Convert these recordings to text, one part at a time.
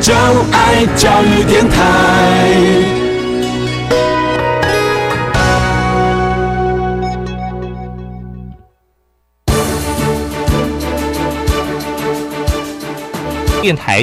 就爱教育电台。电台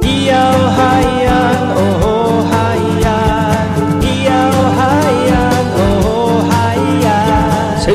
咿呀哦嗨呀，哦吼嗨呀，咿呀哦嗨呀，哦吼嗨呀。谁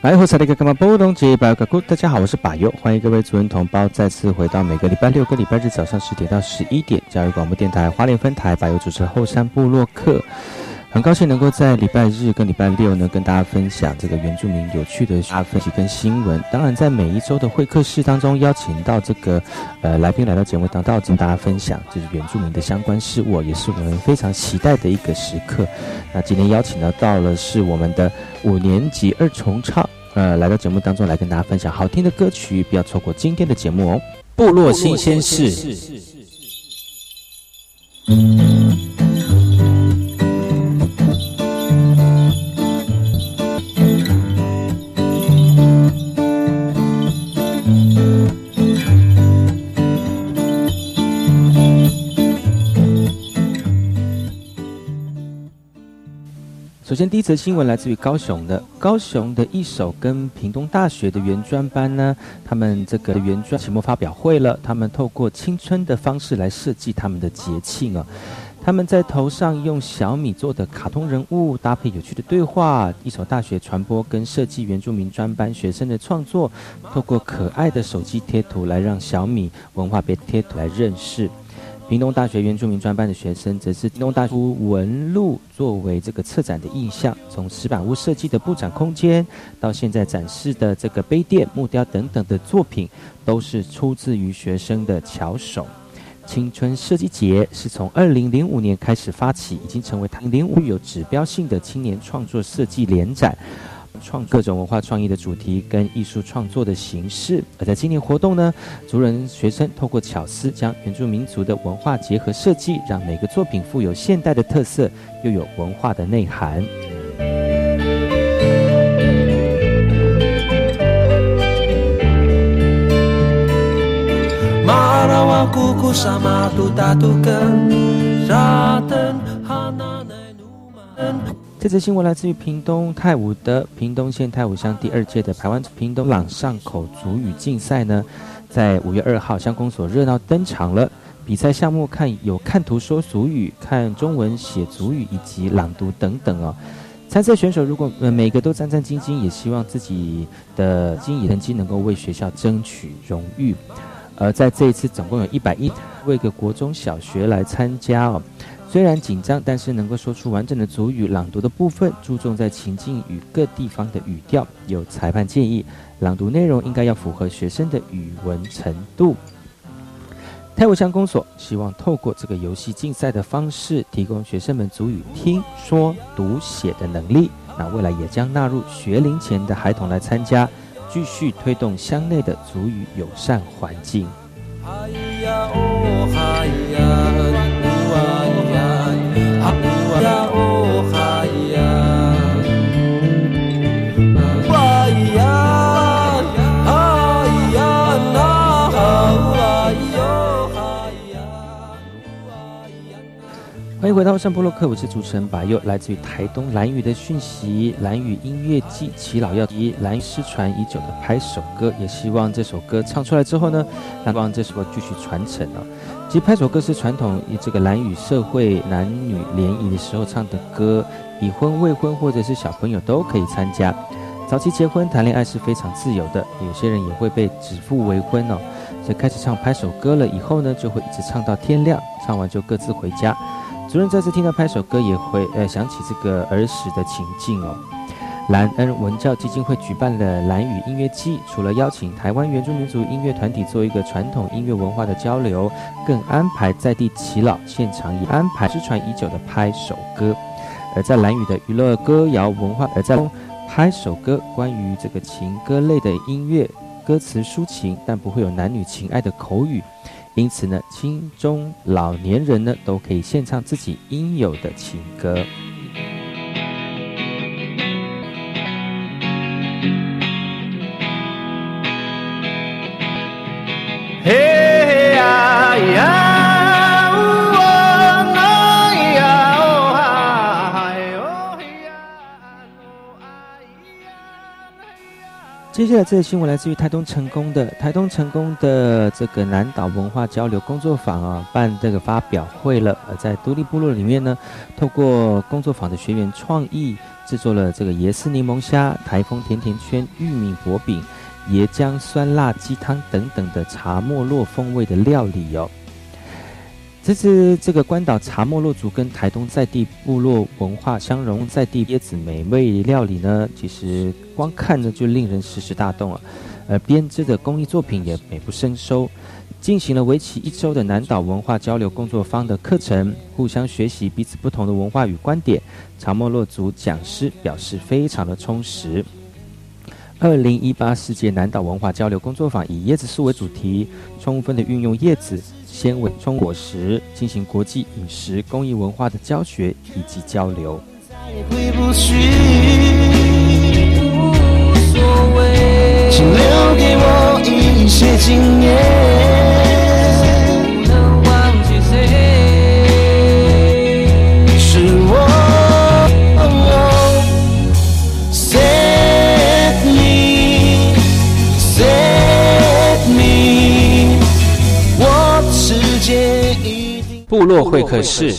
来，火彩的一个干嘛波动节百个咕，大家好，我是把优，欢迎各位族人同胞再次回到每个礼拜六跟礼拜日早上十点到十一点，教育广播电台花莲分台把优主持后山部落客。很高兴能够在礼拜日跟礼拜六呢，跟大家分享这个原住民有趣的啊分析跟新闻。当然，在每一周的会客室当中，邀请到这个呃来宾来到节目当中，跟大家分享就是原住民的相关事物，也是我们非常期待的一个时刻。那今天邀请到到了是我们的五年级二重唱。呃，来到节目当中来跟大家分享好听的歌曲，不要错过今天的节目哦。部落新鲜事，首先，第一则新闻来自于高雄的，高雄的一手跟屏东大学的原专班呢，他们这个原专期末发表会了，他们透过青春的方式来设计他们的节庆哦。他们在头上用小米做的卡通人物搭配有趣的对话，一所大学传播跟设计原住民专班学生的创作，透过可爱的手机贴图来让小米文化被贴图来认识。屏东大学原住民专班的学生，则是屏东大学文路作为这个策展的意向，从石板屋设计的布展空间，到现在展示的这个杯垫、木雕等等的作品，都是出自于学生的巧手。青春设计节是从二零零五年开始发起，已经成为它零五有指标性的青年创作设计联展。创各种文化创意的主题跟艺术创作的形式，而在今年活动呢，族人学生透过巧思，将原住民族的文化结合设计，让每个作品富有现代的特色，又有文化的内涵。 Marawa kuku sama tutatukan Raten hananai numan 这则新闻来自于屏东泰武的屏东县泰武乡第二届的台湾屏东朗上口族语竞赛呢，在五月二号乡公所热闹登场了。比赛项目看有看图说俗语、看中文写族语以及朗读等等哦。参赛选手如果呃每个都战战兢兢，也希望自己的经营成绩能够为学校争取荣誉。而在这一次，总共有一百一位个国中小学来参加哦。虽然紧张，但是能够说出完整的族语朗读的部分，注重在情境与各地方的语调。有裁判建议，朗读内容应该要符合学生的语文程度。泰晤乡公所希望透过这个游戏竞赛的方式，提供学生们族语听说读写的能力。那未来也将纳入学龄前的孩童来参加，继续推动乡内的族语友善环境。 Haya oh haya Uayan Haya oh haya Uayan Haya na Haya oh haya Uayan 欢迎回到上部落客，我是主持人白佑，来自于台东蓝屿的讯息，蓝屿音乐季祈老药及蓝屿失传已久的拍手歌，也希望这首歌唱出来之后呢，让这首歌继续传承哦。其实拍手歌是传统以这个蓝屿社会男女联谊的时候唱的歌，已婚、未婚或者是小朋友都可以参加。早期结婚谈恋爱是非常自由的，有些人也会被指腹为婚哦。所以开始唱拍手歌了以后呢，就会一直唱到天亮，唱完就各自回家。主任再次听到拍手歌，也会呃想起这个儿时的情境哦。兰恩文教基金会举办了兰语音乐季，除了邀请台湾原住民族音乐团体做一个传统音乐文化的交流，更安排在地耆老现场，也安排失传已久的拍手歌。而在兰语的娱乐歌谣文化，而在拍手歌关于这个情歌类的音乐，歌词抒情，但不会有男女情爱的口语。因此呢，青中老年人呢都可以献唱自己应有的情歌。嘿呀呀，呜哦那呀哦嗨哦嘿呀哦哎呀嘿呀。接下来这个新闻来自于台东成功的台东成功的这个南岛文化交流工作坊啊，办这个发表会了。而在独立部落里面呢，透过工作坊的学员创意，制作了这个椰丝柠檬虾、台风甜甜圈、玉米薄饼、椰浆酸辣鸡汤等等的茶没落风味的料理哦。这次这个关岛茶没落族跟台东在地部落文化相融，在地椰子美味料理呢，其实光看着就令人食指大动啊。而编织的工艺作品也美不胜收，进行了为期一周的南岛文化交流工作坊的课程，互相学习彼此不同的文化与观点。茶没落族讲师表示非常的充实。二零一八世界南岛文化交流工作坊以椰子树为主题，充分的运用叶子、纤维、充果实，进行国际饮食、工艺文化的教学以及交流。也回不去，无所谓，请留给我一些经验。不能忘记谁，是哦我。Set me, set me，我世界一定。部落会客室，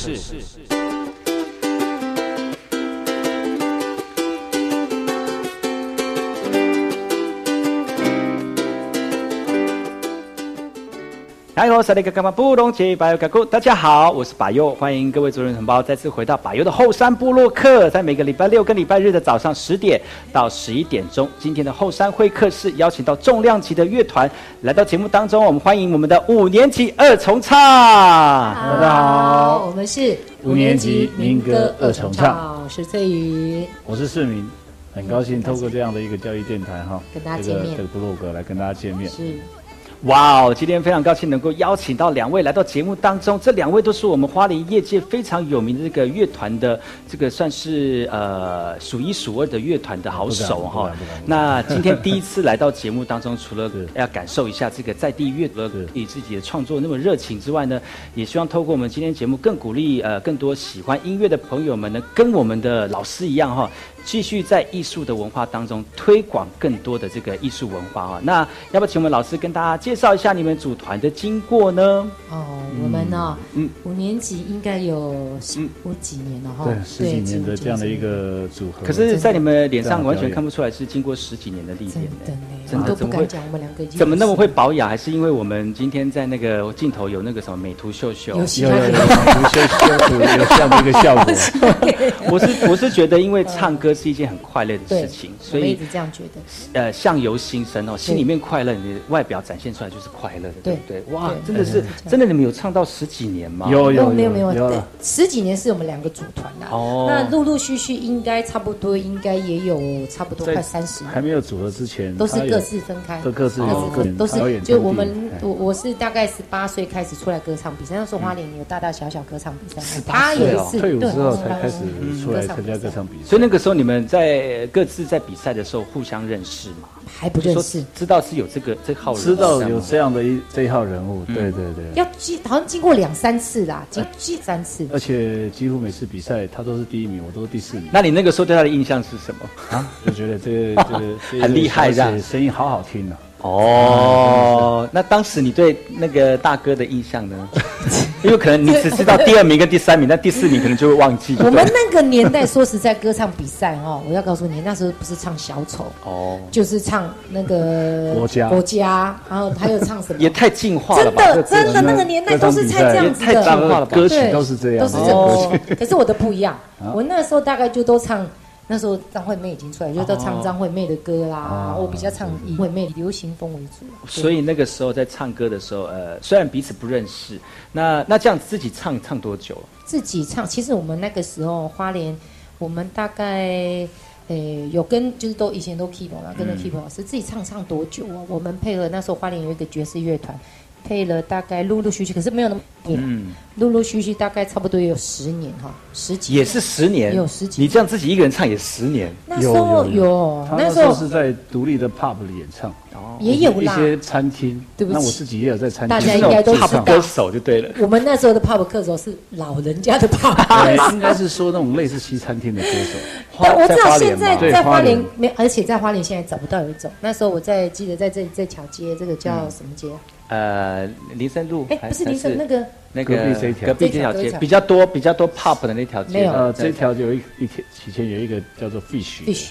大家好，萨利格干嘛布隆杰巴尤嘎古，大家好，我是把优，欢迎各位族人同胞再次回到把优的后山部落客，在每个礼拜六跟礼拜日的早上十点到十一点钟，今天的后山会客室邀请到重量级的乐团来到节目当中，我们欢迎我们的五年级二重唱，大家好，我们是五年级民歌二重唱，我是翠瑜。我是市民，很高兴透过这样的一个教育电台哈，跟大家这个见面这个部落格来跟大家见面。是哇哦！今天非常高兴能够邀请到两位来到节目当中，这两位都是我们花莲业界非常有名的这个乐团的这个算是呃数一数二的乐团的好手不敢不哈敢不敢。不那今天第一次来到节目当中，除了 是要感受一下这个在地乐的是你自己的创作那么热情之外呢，也希望透过我们今天节目更鼓励呃更多喜欢音乐的朋友们呢，跟我们的老师一样哈、继续在艺术的文化当中推广更多的这个艺术文化啊。那要不要请我们老师跟大家介绍一下你们组团的经过呢？嗯哦，我们呢嗯，五年级应该有十五几年了哈，嗯对，十几年的这样的一个组合，可是，在你们脸上完全看不出来是经过十几年的历真练的呢。啊呢，我真的们都怎不么会敢讲，我们两个已经怎么那么会保养？还是因为我们今天在那个镜头有那个什么美图秀秀？有其有他有有有修修图有这样的一个效果，我是我是觉得，因为唱歌是一件很快乐的对事情，我所们一以直这样觉得，呃，相由心生哦，心里面快乐，你的外表展现出来就是快乐的，对对不对？哇对，真的是真的，你们有唱到十几年吗？有有哦没有没有有啊对了，十几年是我们两个组团啦。哦那陆陆续续应该差不多，应该也有差不多快三十还年，没有组合之前都是他有各自分开，都各自有各各自自哦都表是演就阵地我们哎哎，我我是大概十八岁开始出来歌唱比赛，那时候花莲有大大小小歌唱比赛，他也是啊退伍对之后18才开始出来参加歌歌唱唱比赛，所以那个时候你们在各自在比赛的时候互相认识嘛？还不认识说，知道是有这个这号人，知道有是吗这样的一这一号人物，对对对，要记好像经过两三次啦，经记三次，哎而且几乎每次比赛他都是第一名，我都是第四名，那你那个时候对他的印象是什 么？就觉得这个这个这个很厉害这样小姐声音好好听啊。哦，那当时你对那个大哥的印象呢？ 因为可能你只知道第二名跟第三名，但第四名可能就会忘记。我们那个年代，说实在，歌唱比赛哦，我要告诉你，那时候不是唱小丑，哦，就是唱那个国家国家，然后还有唱什么？也太进化了真吧？这的个真的那个年代都是才这样子太脏的，了吧歌曲对都是这样，都是这样。 可是我的不一样，我那时候大概就都唱。那时候张惠妹已经出来，就都唱张惠妹的歌啦。我比较唱以惠妹流行风为主，所以那个时候在唱歌的时候，呃，虽然彼此不认识，那那这样自己唱唱多久？自己唱。其实我们那个时候花莲，我们大概呃有跟就是都以前都 k e e p 老师跟着 k e e p 老师自己唱唱多久啊？我们配合那时候花莲有一个爵士乐团，配了大概陆陆续续，可是没有那么多，啊嗯，陆陆续续大概差不多也有十年哈，十几也是十年，有十几你这样自己一个人唱也十年，那时候有有有他那那时时候候是在独立的 pub 里演唱，也有一啦。些餐厅。对不起那我自己也有在餐厅，大家就是应该那都种知道 pop 歌手就对了。我们那时候的 pub 课手是老人家的 pub，对应该是说那种类似西餐厅的歌手。 但我在知道花现莲在嘛对在花花莲莲没，而且在花莲现在找不到有一种。那时候我在记得在这里在桥街，这个嗯叫什么街啊？呃，林森路，哎，还不是林森那个那个隔壁这一条隔壁这条这一街条比较多比较多 pop 的那条街，没有呃，这条有一一天以前有一个叫做 Fish， fish，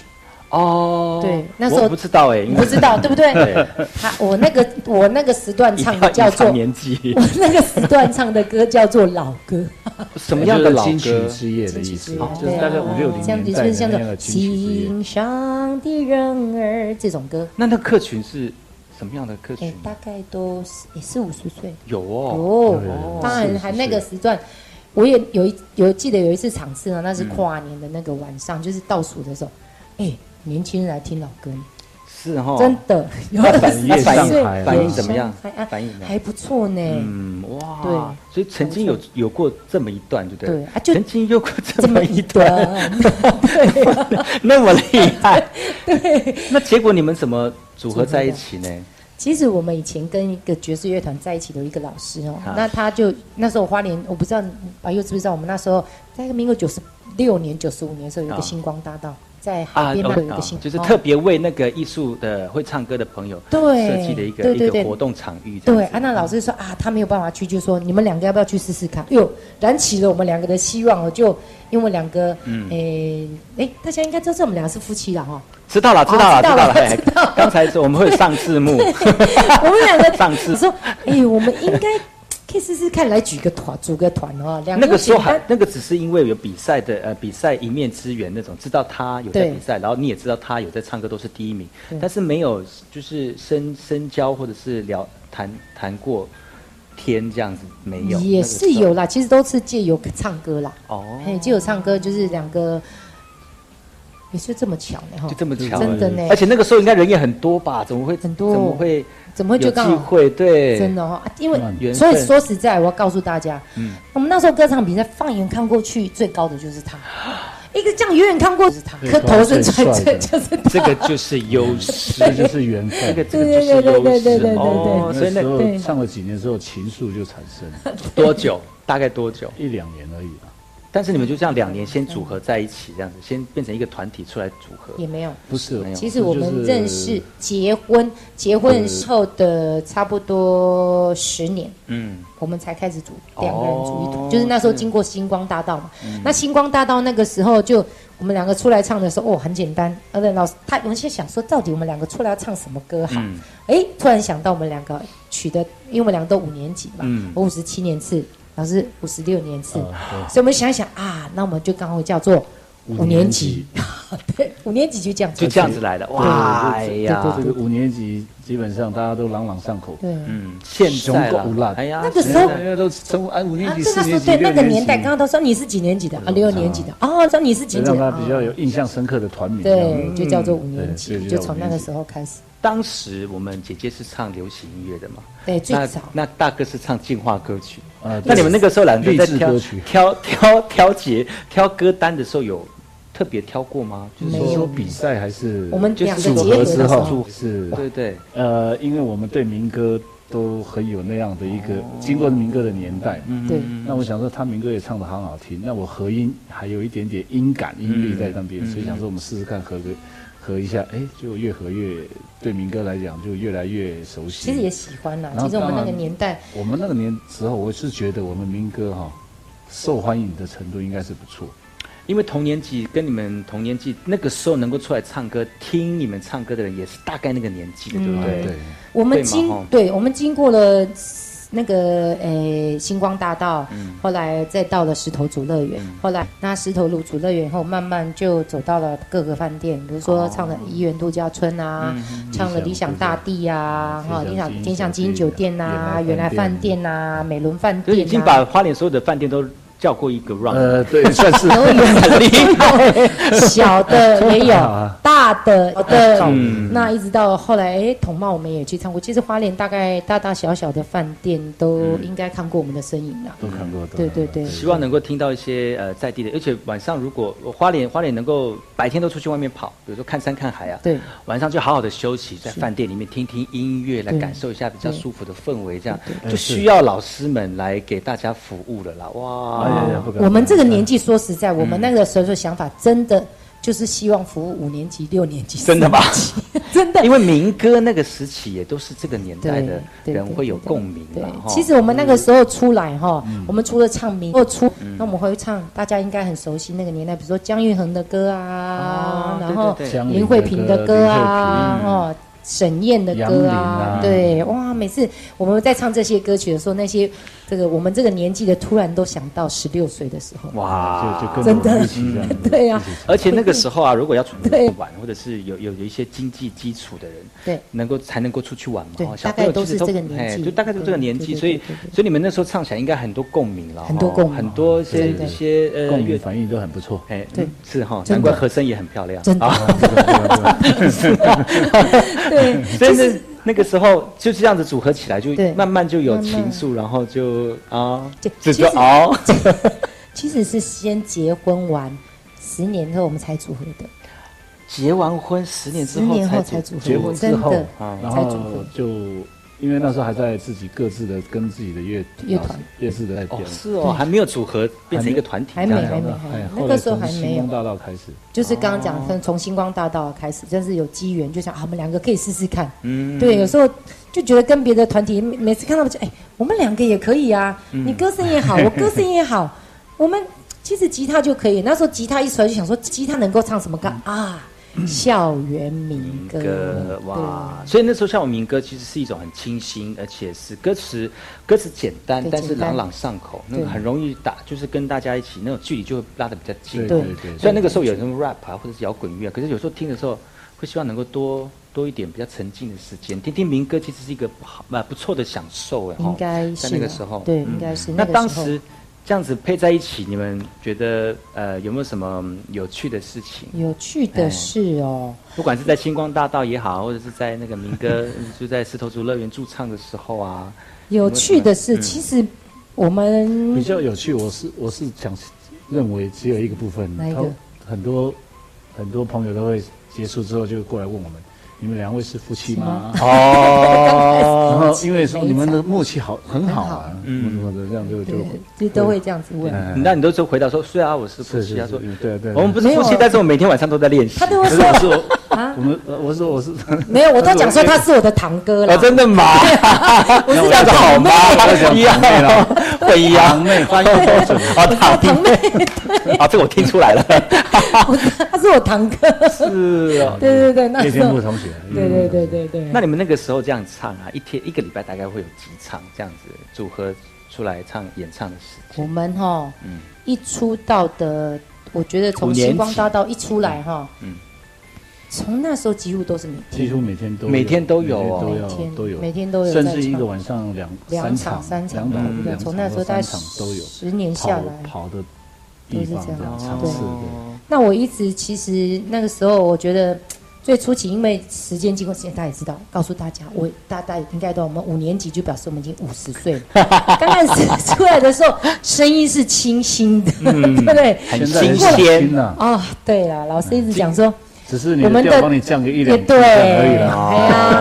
哦，对那时候我不知道哎，你因不为知道对不对对？ 他我那个我那个时 段一唱定的要叫以做上年纪 我，那个时段唱的歌叫做老歌，什么样的老就是金歌曲？之夜的意思金曲 之夜，就是大概五六零像年代就是的像那这样的种金曲之夜。心上的人儿这种歌，那那客群是什么样的客哎群，？大概都是也是五十岁。有哦，哦，当然还那个时段，我也有一有记得有一次场次呢，那是跨年的那个晚上，就是倒数的时候，哎，年轻人来听老歌，是哦，真的 有那的反是应40岁上海啊反应怎么样还？反应怎么样哎还不错呢，嗯哇，对所以曾经有有过这么一段，对不对？对啊就曾经有过这这么么一一段，段， 对， 那么厉害， 对。那结果你们怎么组合在一起呢？其实我们以前跟一个爵士乐团在一起的一个老师哦啊，那他就那时候花莲，我不知道白佑知不知道，我们那时候在民国九十六年、九十五年的时候，有一啊个星光大道，在海边那哦边有一个星光，就是特别为那个艺术的会唱歌的朋友对设计的一个对一对个对活动场域这样对，子。安娜老师说啊，他没有办法去，就说你们两个要不要去试试看？哟，燃起了我们两个的希望哦，就因为两个，嗯诶、诶，大家应该知道这我们两个是夫妻了 哈、知道了，知道了，哦知道了嘿知道了 刚才说我们会上字 幕， 我们两个上次我说，哎、我们应该可以试试看，来举个团，组个团哦，两那个时候简还单那个只是因为有比赛的呃比赛一面之缘那种，知道他有在对比赛，然后你也知道他有在唱歌，都是第一名对，但是没有就是深深交或者是聊谈谈过天这样子没有，也是那有个时啦，其实都是借由唱歌啦，候哦，哎、借由唱歌就是两个，也是这么巧呢哈就，这么巧，真的呢而且那个时候应该人也很多吧？怎么会很多怎么会怎么会有就机刚好会？对，真的哦，啊因为缘所以分说实在，我要告诉大家，嗯我们那时候歌唱比赛，放眼看过去，最高的就是 他，一个这样远远看过，就是他，最可高头伸出来，最这帅的就是这个就是优势，这就是缘 这分。个这个就是优势对对对对对对对哦，所那以时那候对唱了几年之后，情愫就产生了，多久？ 大概多久？一两年而已吧。但是你们就这样两年先组合在一起，这样子先变成一个团体出来组合。也没有。不是哦没，有其实我这就是们认识、结婚、结婚后的差不多十年，嗯，我们才开始组哦嗯两个人组一团，就是那时候经过星光大道嘛。那星光大道那个时候就我们两个出来唱的时候，哦，很简单。而且老师他，我们现在想说，到底我们两个出来要唱什么歌好？嗯诶，突然想到我们两个取的，因为我们两个都五年级嘛，嗯哦我五十七年次，老师五十六年次，啊所以我们想一想啊，那我们就刚好叫做对五年级。 对，五年级就这样就子。这样子来的，哇，哎呀，这个五年级基本上大家都朗朗上口，对，嗯，现在啦雄狗啦哎呀，那个时候大家都从啊五年啊，级、这四个年是级、对六那个年年代，刚级，刚都说你是几年级的啊？六年级的哦，说你是几就年级让的？他比较哦有印象深刻的团名。这样对，就叫做五年对级，就叫就从那个时候开始。当时我们姐姐是唱流行音乐的嘛，对，最那早那大哥是唱进化歌曲。啊，那你们那个时候两个人在励志挑歌曲挑挑挑节挑歌单的时候有特别挑过吗？就是对没说，有说比赛还是我们就是两个结组合合的之时候，后是对对，呃，因为我们对民歌都很有那样的一个哦经过民歌的年代，对，那我想说他民歌也唱得很好听，那我合音还有一点点音感音律在那嗯边，所以想说我们试试看合个合一下，哎，就越合越对民歌来讲就越来越熟悉。其实也喜欢啦。然后其实我们当那然个年代，我们那个年时候，我是觉得我们民歌哈、受欢迎的程度应该是不错。因为同年纪跟你们同年纪，那个时候能够出来唱歌、听你们唱歌的人，也是大概那个年纪的，对不对？嗯对，对我们嘛经吼对，我们经过了那个诶、星光大道，后来再到了石头主乐园，后来那石头路主乐园后，慢慢就走到了各个饭店，比如说唱了怡园度假村啊，唱了理理想想大地啊，嗯哈、理理想想金天享酒精英酒店店啊啊，原原来来饭饭店啊，美伦饭就是店、啊，已经把花莲所有的饭店都叫过一个 round，呃，对，算 是都有很厉害。小的也有好啊，大的小的，嗯那一直到后来，哎，同茂我们也去唱过。其实花莲大概大大小小的饭店都应该看过我们的身影啦。都看过。都看过对对对希望能够听到一些呃在地的，而且晚上如果我花莲花莲能够白天都出去外面跑，比如说看山看海啊，对，晚上就好好的休息，在饭店里面听听音乐，来对感受一下比较对舒服的氛围，这样对就需要老师们来给大家服务了啦。哎呀呀哇，不敢我们这个不敢年纪，说实在，我们那嗯个时候的想法真的就是希望服务五年级、六年级， 真的吗？真的因。为民歌那个时期也都是这个年代的对对人对会有对共鸣对啦。，哈嗯其实我们那个时候出来哈，我们除了唱民或出，那我们会唱大家应该很熟悉那个年代，比如说姜育恒的歌啊哦，然后对对对江林慧萍的歌啊，哦，沈燕的歌啊，杨林啊对，哇，每次我们在唱这些歌曲的时候，那些这个我们这个年纪的，突然都想到十六岁的时候，哇，就就跟着我们一起这样子。 对呀、而且那个时候啊，如果要出去对玩，或者是有有有一些经济基础的人，对。能够才能够出去玩嘛。对哦大概都是小朋这友个其实年纪哎就大概都这个年纪，对对对所以对对对所以你们那时候唱起来应该很多共鸣了，很多哦共鸣很多一些对对一些呃共乐鸣，反应都很不错。哎，对嗯是哈，真难的怪和声也很漂亮，真的啊，对， 所以那那个时候就这样子组合起来，就对慢慢就有慢慢情愫，然后就啊对，只其说实熬， 其实是先结婚完十年后我们才组合的，结完婚十年之十年后后才才组组合，结婚之真后的，啊，然才组后合就因为那时候还在自己各自的跟自己的乐乐团老师乐自的在表哦演，是哦，还没有组合变成一个团体，还这没样还没然后还没哎那后个来时候从还没星有光大道开始，就是刚刚讲，哦从从星光大道开始，真是有机缘，就想啊，我们两个可以试试看。嗯对，有时候就觉得跟别的团体，每每次看到就哎，我们两个也可以啊，嗯你歌声也好，我歌声也好， 我们其实吉他就可以。那时候吉他一出来就想说，吉他能够唱什么歌啊？校园民歌，嗯歌哇，所以那时候像我民歌其实是一种很清新，而且是歌词歌词简单，对但是简单朗朗上口，那个对很容易打，就是跟大家一起那种距离就会拉得比较近。对对对虽然那个时候有什么 rap 啊，或者是摇滚乐，可是有时候听的时候会希望能够多多一点比较沉浸的时间，听听民歌其实是一个不好啊不错的享受哎。应该哦在是啊那个时候，对，应该是那个当时候时这样子配在一起，你们觉得呃有没有什么嗯有趣的事情？有趣的是哦，不管是在星光大道也好，或者是在那个民歌， 嗯就在石头族乐园驻唱的时候啊，有趣的是，嗯其实我们比较有趣，我是我是想认为只有一个部分，哪一个他很多很多朋友都会结束之后就过来问我们，你们两位是夫妻吗？ 哦，然后因为说你们的默契好很好啊，嗯什么什么的，这样就就对，就都会这样子问。哎那你都就回答说是啊，我是夫是是妻啊，是说对对对，我们不是夫没妻有，但是我每天晚上都在练习他。都会可是我是说我啊我，们呃我是我是 没有，我都 讲说他是我的堂哥哦，啊了。真的吗？我是 这样子好吗？一啊样 会一样堂妹翻 译标准，啊，堂堂妹， 啊，这个我听出来了。 他是我堂哥。是啊，对对对，那叶时天候木，同学，对对对对对。那你们那个时候这样唱啊，一天一个礼拜大概会有几场这样子组合出来唱演唱的时我间？们哈嗯，一出道的我觉得五从年星光级大道一出来哈，嗯从那时候几乎都是每几天乎每天都有每天都有哦每每天都天有都有每天都有在甚唱，至一个晚上两两场、三两场场，对不对？两从场那时候到大概三场都有十年下跑来，跑的地方都是这样尝对试对。哦那我一直其实那个时候，我觉得最初期，因为时间经过，现在大家也知道，告诉大家，嗯我大家也应该都，我们五年级就表示我们已经五十岁了。 刚开始出来的时候，声音是清新的， 对不对？嗯很现在新人想鲜听啊，嗯啊、对啦，老师一直讲说，只是你我的们的调帮你降个一也两对，而已哎啦。哦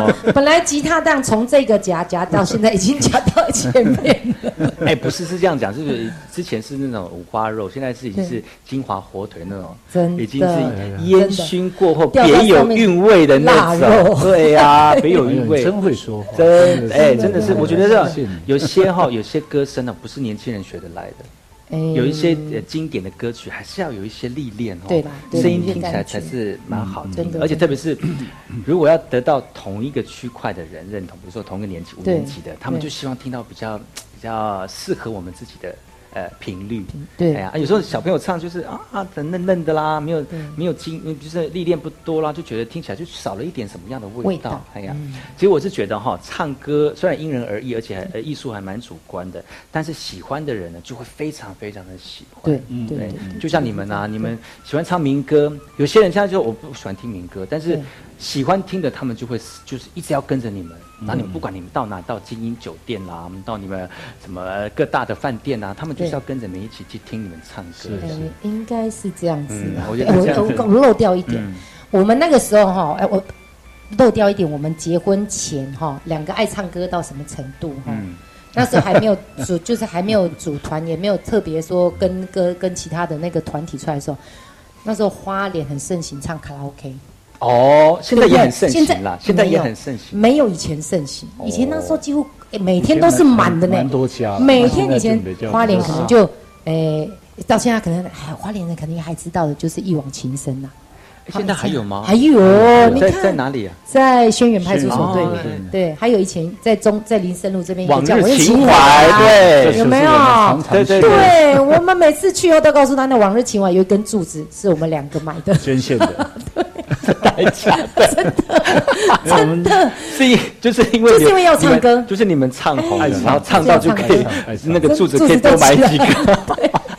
呀，本来吉他档从这个夹夹到现在已经夹到前面 了， 哎、不是是这样讲，是不是之前是那种五花肉，现在是已经是金华火腿那种，真的已经是烟熏过后别掉到有上面韵味的那腊肉种。 对呀、 别有哎呦韵你味。真会说话，真的哎、真的是，我觉得谢这谢你有些哈，有些歌声呢，啊不是年轻人学得来的。哎有一些嗯呃经典的歌曲，还是要有一些历练哦。对啦对声音有一些听起来感觉才是蛮好听真的，的而且特别是 如果要得到同一个区块的人认同，比如说同一个年级五对年级的，他们对就希望听到比较比较适合我们自己的。呃，频率嗯对哎呀，有时候小朋友唱就是啊啊的嫩嫩的啦，没有对没有经，就是历练不多啦，就觉得听起来就少了一点什么样的味道。味道哎呀，其实我是觉得哈，唱歌虽然因人而异，而且嗯还呃艺术还蛮主观的，但是喜欢的人呢，就会非常非常的喜欢。对嗯对对，就像你们啊，你们喜欢唱民歌，有些人现在就我不喜欢听民歌，但是对喜欢听的他们就会就是一直要跟着你们，然后嗯你们不管你们到哪，到精英酒店啦、到你们什么呃各大的饭店啊，他们就是对要跟着你们一起去听你们唱歌。哎应该是这样子啊嗯吧。我觉对得是这样我子我我漏掉一点嗯，我们那个时候哈，哎我漏掉一点，我们结婚前哈，两个爱唱歌到什么程度哈？嗯那时候还没有组， 就是还没有组团，也没有特别说跟歌跟其他的那个团体出来的时候，那时候花莲很盛行唱卡拉 OK，哦，现在也很盛对不对行啦，现在也很盛行。没有以前盛行。以前那时候几乎、哎每以前天都是满的呢，蛮蛮多家啦每天以现在就比前较花莲可能就诶、到现在可能哎，花莲人肯定还知道的就是一往情深呐、哎现在还有吗？还有，你在看在哪里啊？在轩辕派出所对哦面，对，还有以前在中在林森路这边一往个叫日情情怀，啊对这就是有没有我们常常对对去的对我们每次去后哦都告诉他，那往日情怀有一根柱子是我们两个买的，捐献的，哎 是因就是因为就是因为你们要唱歌你们就是你们唱红了，哎然后唱到就可以哎爱唱那个柱子可以多买几个。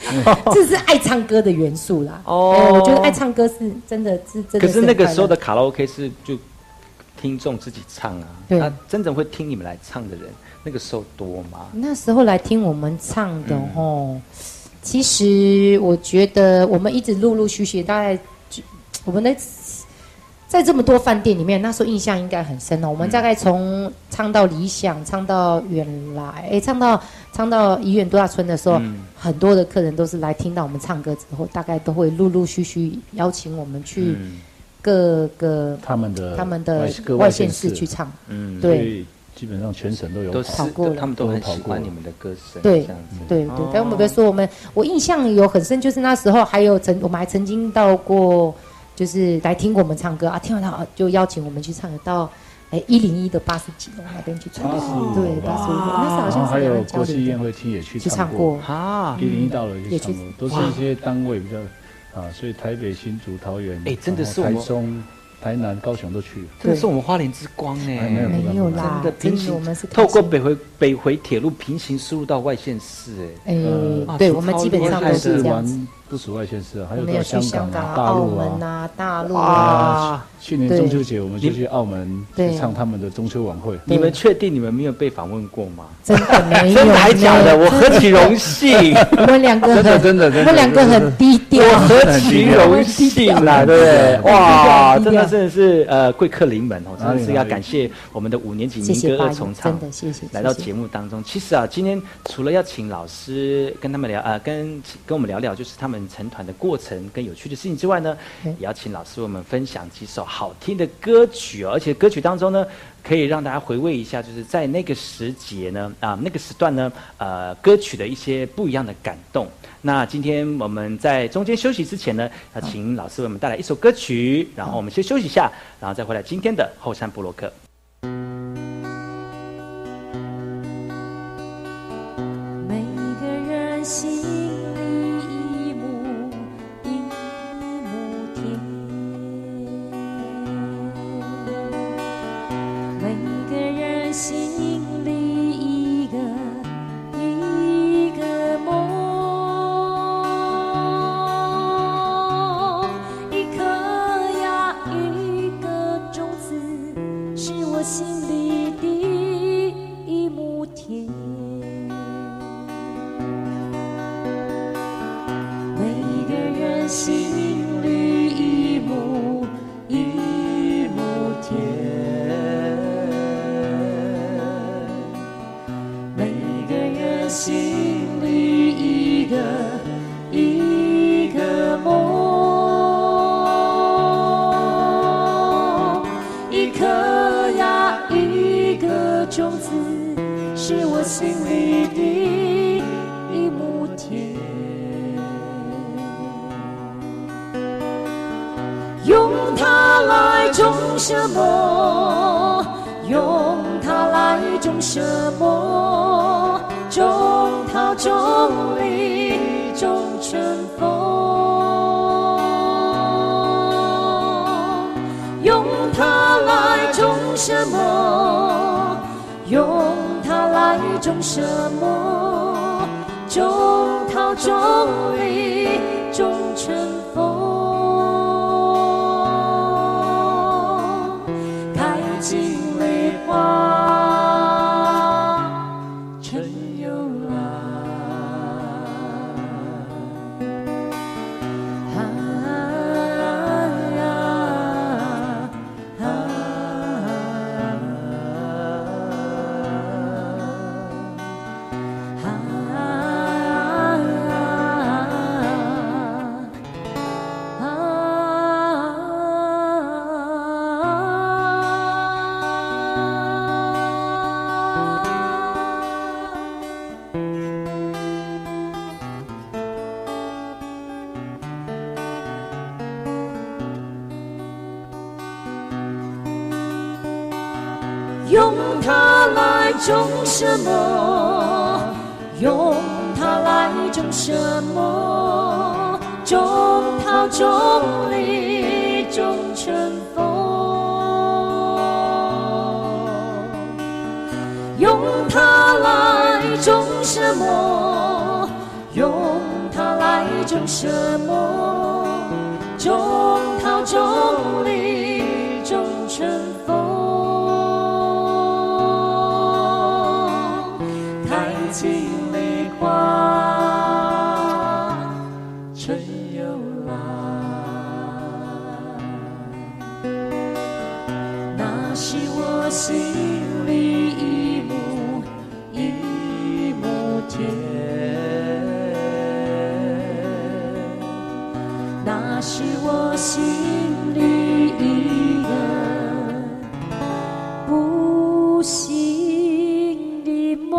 这是爱唱歌的元素啦。哦哎我觉得爱唱歌是真的是真的。可是那个时候的，卡拉 OK 是就听众自己唱啊，对那真正会听你们来唱的人，那个时候多吗？那时候来听我们唱的嗯哦，其实我觉得我们一直陆陆续续，大概就我们的在这么多饭店里面，那时候印象应该很深哦。我们大概从唱到理想，唱到远来，哎，唱到唱到怡园度假村的时候，嗯很多的客人都是来听到我们唱歌之后，大概都会陆陆续续邀请我们去嗯各个他们的他们的各外县呃县市去，唱。嗯，所对以基本上全省都有都跑。是跑过了他们都很都跑喜过了欢你们的歌声，对这样子。对对，但我们不是说我们，我印象有很深，就是那时候还有曾我们还曾经到过，就是来听过我们唱歌啊，听完他就邀请我们去唱到哎一零一的八十几楼那边去唱，对八十五楼，那时候然后好像还是两有岸交国际流宴会厅也去去唱过，过，啊一，零一到了也也去去唱过，都是哇一些单位比较啊，所以台北、新竹、桃园，哎真的是然后我们台中、台南、高雄都去了。真的是我们花莲之光哎没有哎。没有啦真的，真平的行我们是开透过心北回北回铁路平行输入到外县市，哎，哎呃，对啊我们基本上超厉害都的是是这样玩子，不属外县市啊，还我有们有到去香香港啊、港啊、大澳陆门啊。啊、大陆啊，哇！去年对中秋节我们就你去澳门对去唱他们的中秋晚会，你们确定你们没有被访问过吗？真的没有，真的还没假的？有我何其荣幸，我们两个真的很，真的真的我们两个真的很低调，我何其荣幸啊，对不对？哇，真的真的是呃贵客临门哦，真的是要感谢我们的五年级哎谢民谢歌八二爷重，唱真。的谢谢，来到谢谢节目当中，其实啊，今天除了要请老师跟他们聊，呃，跟跟我们聊聊，就是他们成团的过程跟有趣的事情之外呢，嗯也要请老师为我们分享几首好听的歌曲哦，而且歌曲当中呢，可以让大家回味一下，就是在那个时节呢，啊、那个时段呢，呃，歌曲的一些不一样的感动。那今天我们在中间休息之前呢，要请老师为我们带来一首歌曲，然后我们先休息一下，然后再回来今天的后山部落客。每个人心里一亩一天。每个人心里一亩一亩田，每个人心里一个一个梦，一颗呀一个种子，是我心里的一亩田。用它来种什么？用它来种什么？种桃，种梨，种春风。用它来种什么？用它来种什么？种桃，种梨，种春风。开尽梨花，春又来。啊啊啊啊啊啊啊！用它来种什么？用它来种什么？种桃，种梨，种春风。用它来种什么？用它来种什么？种桃，种梨，种春风。开尽梨花，春又来。那是我心里一亩一亩田，那是我心里一个不醒的梦。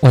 我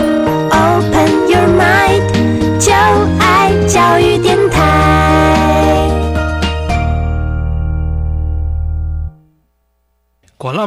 Open your mind，就爱教育电台。管那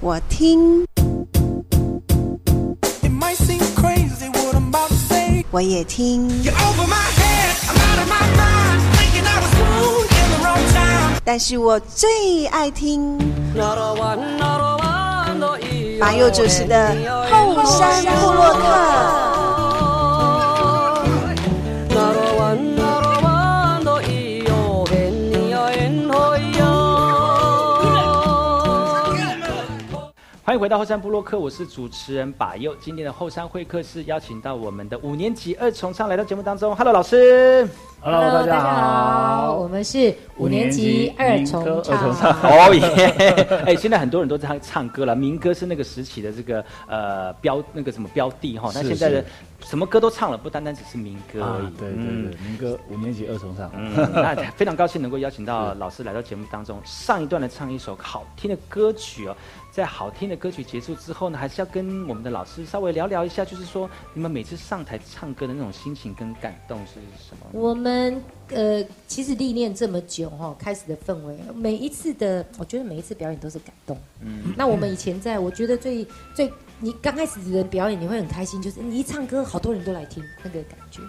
我听， It might seem crazy what I'm about to say. 我也听， You're over my head, I'm out of my mind. Thinking I was cool in the wrong time. 但是我最爱听马友主持的《后山布洛克》。哦哦欢迎回到后山部落客，我是主持人把佑。今天的后山会客室邀请到我们的五年级二重唱来到节目当中，Hello 老师。 Hello，大家好。我们是五年级二重五年级民歌二重唱唱。哦耶！ 哎，现在很多人都在唱歌了，民歌是那个时期的这个呃标那个什么标的哈。那是现在的是什么歌都唱了，不单单只是民歌而已啊。，对对嗯对，民歌五年级二重唱。嗯，那非常高兴能够邀请到老师来到节目当中。上一段呢，唱一首好听的歌曲哦，在好听的歌曲结束之后呢，还是要跟我们的老师稍微聊聊一下，就是说你们每次上台唱歌的那种心情跟感动是什么？我们呃，其实历练这么久哈、开始的氛围，每一次的，我觉得每一次表演都是感动。嗯，那我们以前在，我觉得最最，你刚开始的表演你会很开心，就是你一唱歌，好多人都来听，那个感觉。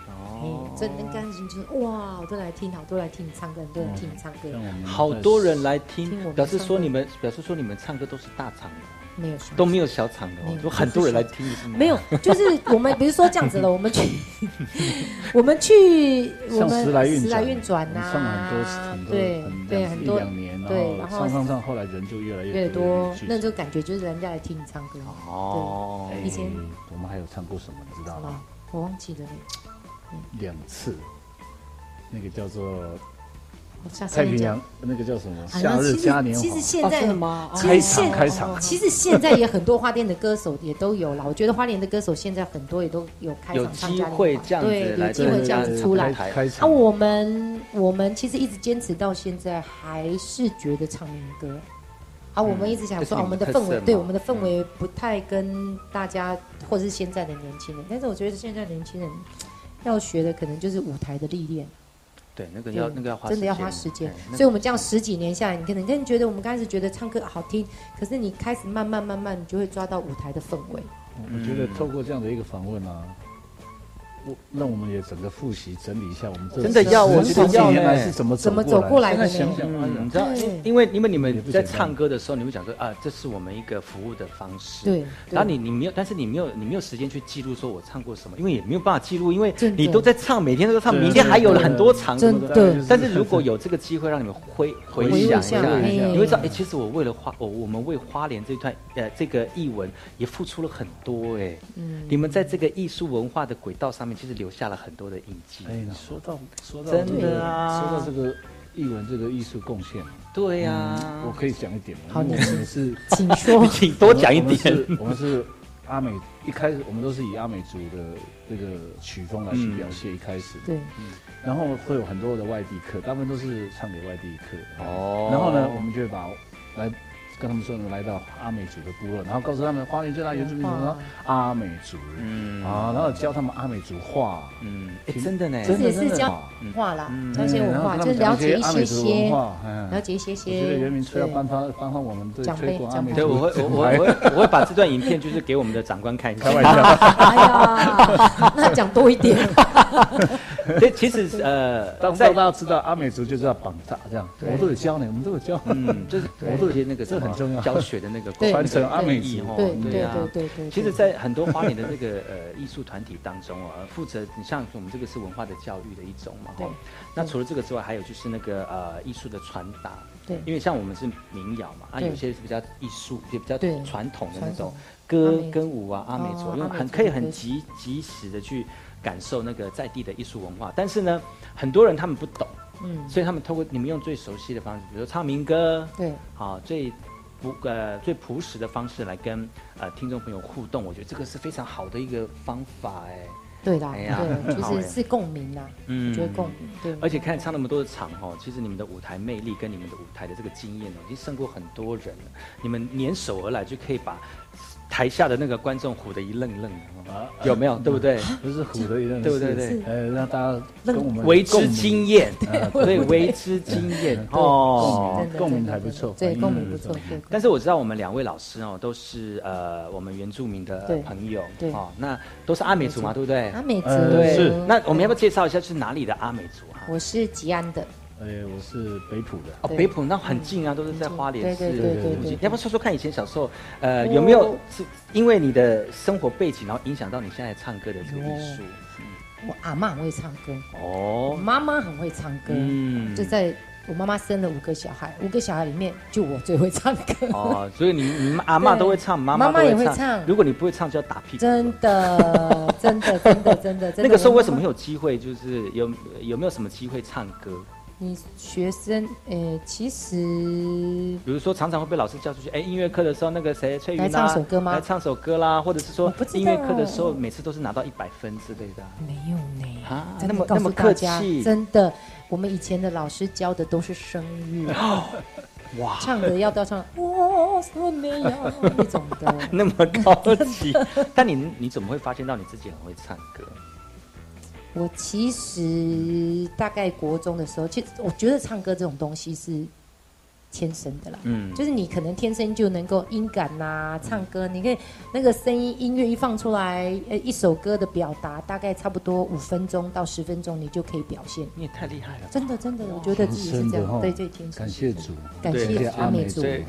哦，真的感觉就是哇，好多人来听，好多人来听你唱歌，很多人听你唱歌，像我们好多人来听嗯我听，们表示唱说歌你们表示说你们唱歌都是大场的，哦没有什么都没有小场的没哦有，就很多人来听，是吗？没 有，就是我们比如说这样子了，我们去， 我们去，我像们时来运时来运转我呐、们上了很多对很多对，很两很多一两年，对，然然后后上上上，后来人就越来越越多，那就就感觉就是人家来听你唱歌。哦，以前我们还有唱过什么，你知道吗啊？，我忘记了，两次，那个叫做我下次太再平讲洋，那个叫什么？啊夏那日其实嘉年华其。实现在哦是吗其开实场现哦开场，其实现在也很多花店的歌手也都有了，我觉得花莲的歌手现在很多也都有开有场唱机嘉年华会这样子对，来有机会这样子出来对对对。开开啊，场。我们我们其实一直坚持到现在，还是觉得唱民歌。啊，我们一直想嗯这是说，你啊们我们的的特色氛围嘛，嗯对我们的氛围不太跟大家或者是现在的年轻人，但是我觉得现在年轻人要学的可能就是舞台的历练，对，那个要对那个要花真的要花时间哎那。个所以我们这样十几年下来，你可能真的觉得我们刚开始觉得唱歌好听，可是你开始慢慢嗯慢慢，你就会抓到舞台的氛围。我觉得透过这样的一个访问啊，我让我们也整个复习整理一下我们这真的要我觉十得几要年来呢是怎么怎么走走过过来来的。的现呢在想想，哎呀嗯你知道，对因因为因为你也们不在简单唱歌的时候，你会讲说啊，这是我们一个服务的方式。对然后你你没有，但是你没有你没有时间去记录说我唱过什么，因为也没有办法记录，因为真的你都在唱，每天都在唱，对明天还有了很多场真什么的但是如果有这个机会让你们回回回想想一下，哎你会知道，哎，其实我为了花我我们为花莲这段呃这个译文也付出了很多哎。嗯你们在这个艺术文化的轨道上面，其实留下了很多的印记。哎，你说到说到真这个的啊说到这个艺文这个艺术贡献，啊对呀、，嗯我可以讲一点吗？好因为我们是请说请嗯 多讲一点。我们是我们是阿美，一开始我们都是以阿美族的这个曲风来嗯去表现，一开始。对，然后会有很多的外地客，大部分都是唱给外地客。哦然后呢，我们就会把来跟他们说，我们来到阿美族的部落，然后告诉他们花莲最大原住民族文化阿美族，嗯啊，然后教他们阿美族话，嗯，哎，真的呢，这真的也真是的啊教嗯文化啦，教些文嗯然后化，跟他们就是了讲解一阿美些族文些，化，了嗯。解一些些。我觉得原民村要对颁发颁发我们对奖杯推广阿美对，族我会，我我我会，我会把这段影片就是给我们的长官看一下。啊 哎呀， 那讲多 一点，对，其实是呃，当在大家知道阿美族就是要绑扎这样，我都有教你，我们都有教，嗯，就是对我都有些那个这什么很重要教学的那个对传承阿美意族义，哦对嗯对对啊对对对。其实，对在很多花莲的这个呃艺术团体当中啊，负责你像我们这个是文化的教育的一种嘛，对哈。那除了这个之外，还有就是那个呃艺术的传达，对因为像我们是民谣嘛，啊，对有些是比较艺术，也比较对传统的那传种统阿歌美族跟舞啊，阿美哦族，因为阿美很族可以的很歌及及时的去感受那个在地的艺术文化。但是呢，很多人他们不懂，嗯，所以他们透过你们用最熟悉的方式，比如说唱民歌，对，好，最朴呃最朴实的方式来跟呃听众朋友互动，我觉得这个是非常好的一个方法哎。对啦，哎呀对，很好就哎是是共鸣啦，嗯我觉得共鸣，对。而且看唱那么多的场哦，其实你们的舞台魅力跟你们的舞台的这个经验哦，已经胜过很多人了。你们联手而来就可以把台下的那个观众唬得一愣一愣啊的哦，有没有？对不对？嗯不是虎的一认识，对不对对呃，让大家跟我们为之惊艳， 共鸣嗯 对，为之惊艳对哦真。的共鸣真的还不真的错嗯对，反应共还鸣不不错错，对。但是我知道我们两位老师哦，都是呃我们原住民的对朋友对嗯哦，那都是阿美族嘛，对不对？阿美族，呃对，是那我们要不要介绍一下是哪里的阿美族啊？我是吉安的，呃，我是北浦的，哦，对北浦那很近啊，都是在花莲市。对对对对对对要不要说说看以前小时候，呃，有没有是因为你的生活背景，然后影响到你现在唱歌的这个艺术？我阿妈很会唱歌，我哦，妈妈很会唱歌，嗯就在我妈妈生了五个小孩，五个小孩里面就我最会唱歌，哦，所以你你阿妈对都会唱，妈妈妈都也会唱。唱如果你不会唱，就要打屁股。 真。的，真的，真的，真的，真的。那个时候为什么会我妈妈有机会？就是有有没有什么机会唱歌？你学生？呃，其实比如说常常会被老师叫出去，哎，音乐课的时候那个谁翠云啊，来唱首歌吗来唱首歌啦，或者是我说不知道音乐课的时候每次都是拿到一百分之类的啊。没有呢。啊那真的么告那诉么大客家气，真的，我们以前的老师教的都是声乐， 哇，唱的要到唱我说那样那种的。那么高级。但你你怎么会发现到你自己很会唱歌？我其实大概国中的时候，其实我觉得唱歌这种东西是天生的啦。嗯，就是你可能天生就能够音感呐、唱歌，你可以那个声音音乐一放出来，呃，一首歌的表达大概差不多五分钟到十分钟，你就可以表现。你也太厉害了吧。 真的，真的，我觉得自己是这天生的样，哦对对，天生感谢主，感对谢阿美族，对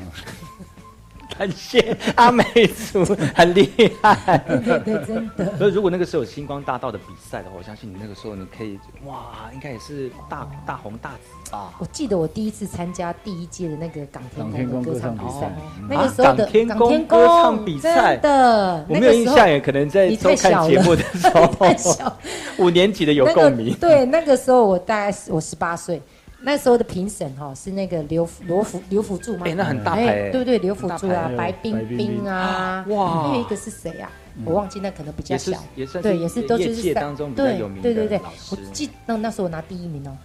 感谢阿美族，很厉害。 对对，真的，所以如果那个时候有星光大道的比赛的话，我相信你那个时候你可以，哇，应该也是大大红大紫吧？我记得我第一次参加第一届的那个港港天天宫宫歌歌唱唱比比赛，赛那个时候的啊港天宫歌唱比赛真的，我没有印象耶，可能在你收太看小节了目的时太小候，五年级的 有那个共鸣。对，那个时候我大概是我十八岁，那时候的评审哈是那个刘福罗福刘福柱吗？哎那很大牌哎对不对？刘福很柱啊大牌，哎白冰冰啊，哇还有一个是谁啊？我忘记，那可能比较也是小，也算是对，也是都就业是界在当中比较对有名的对对对老，师我记那那时候我拿第一名哦，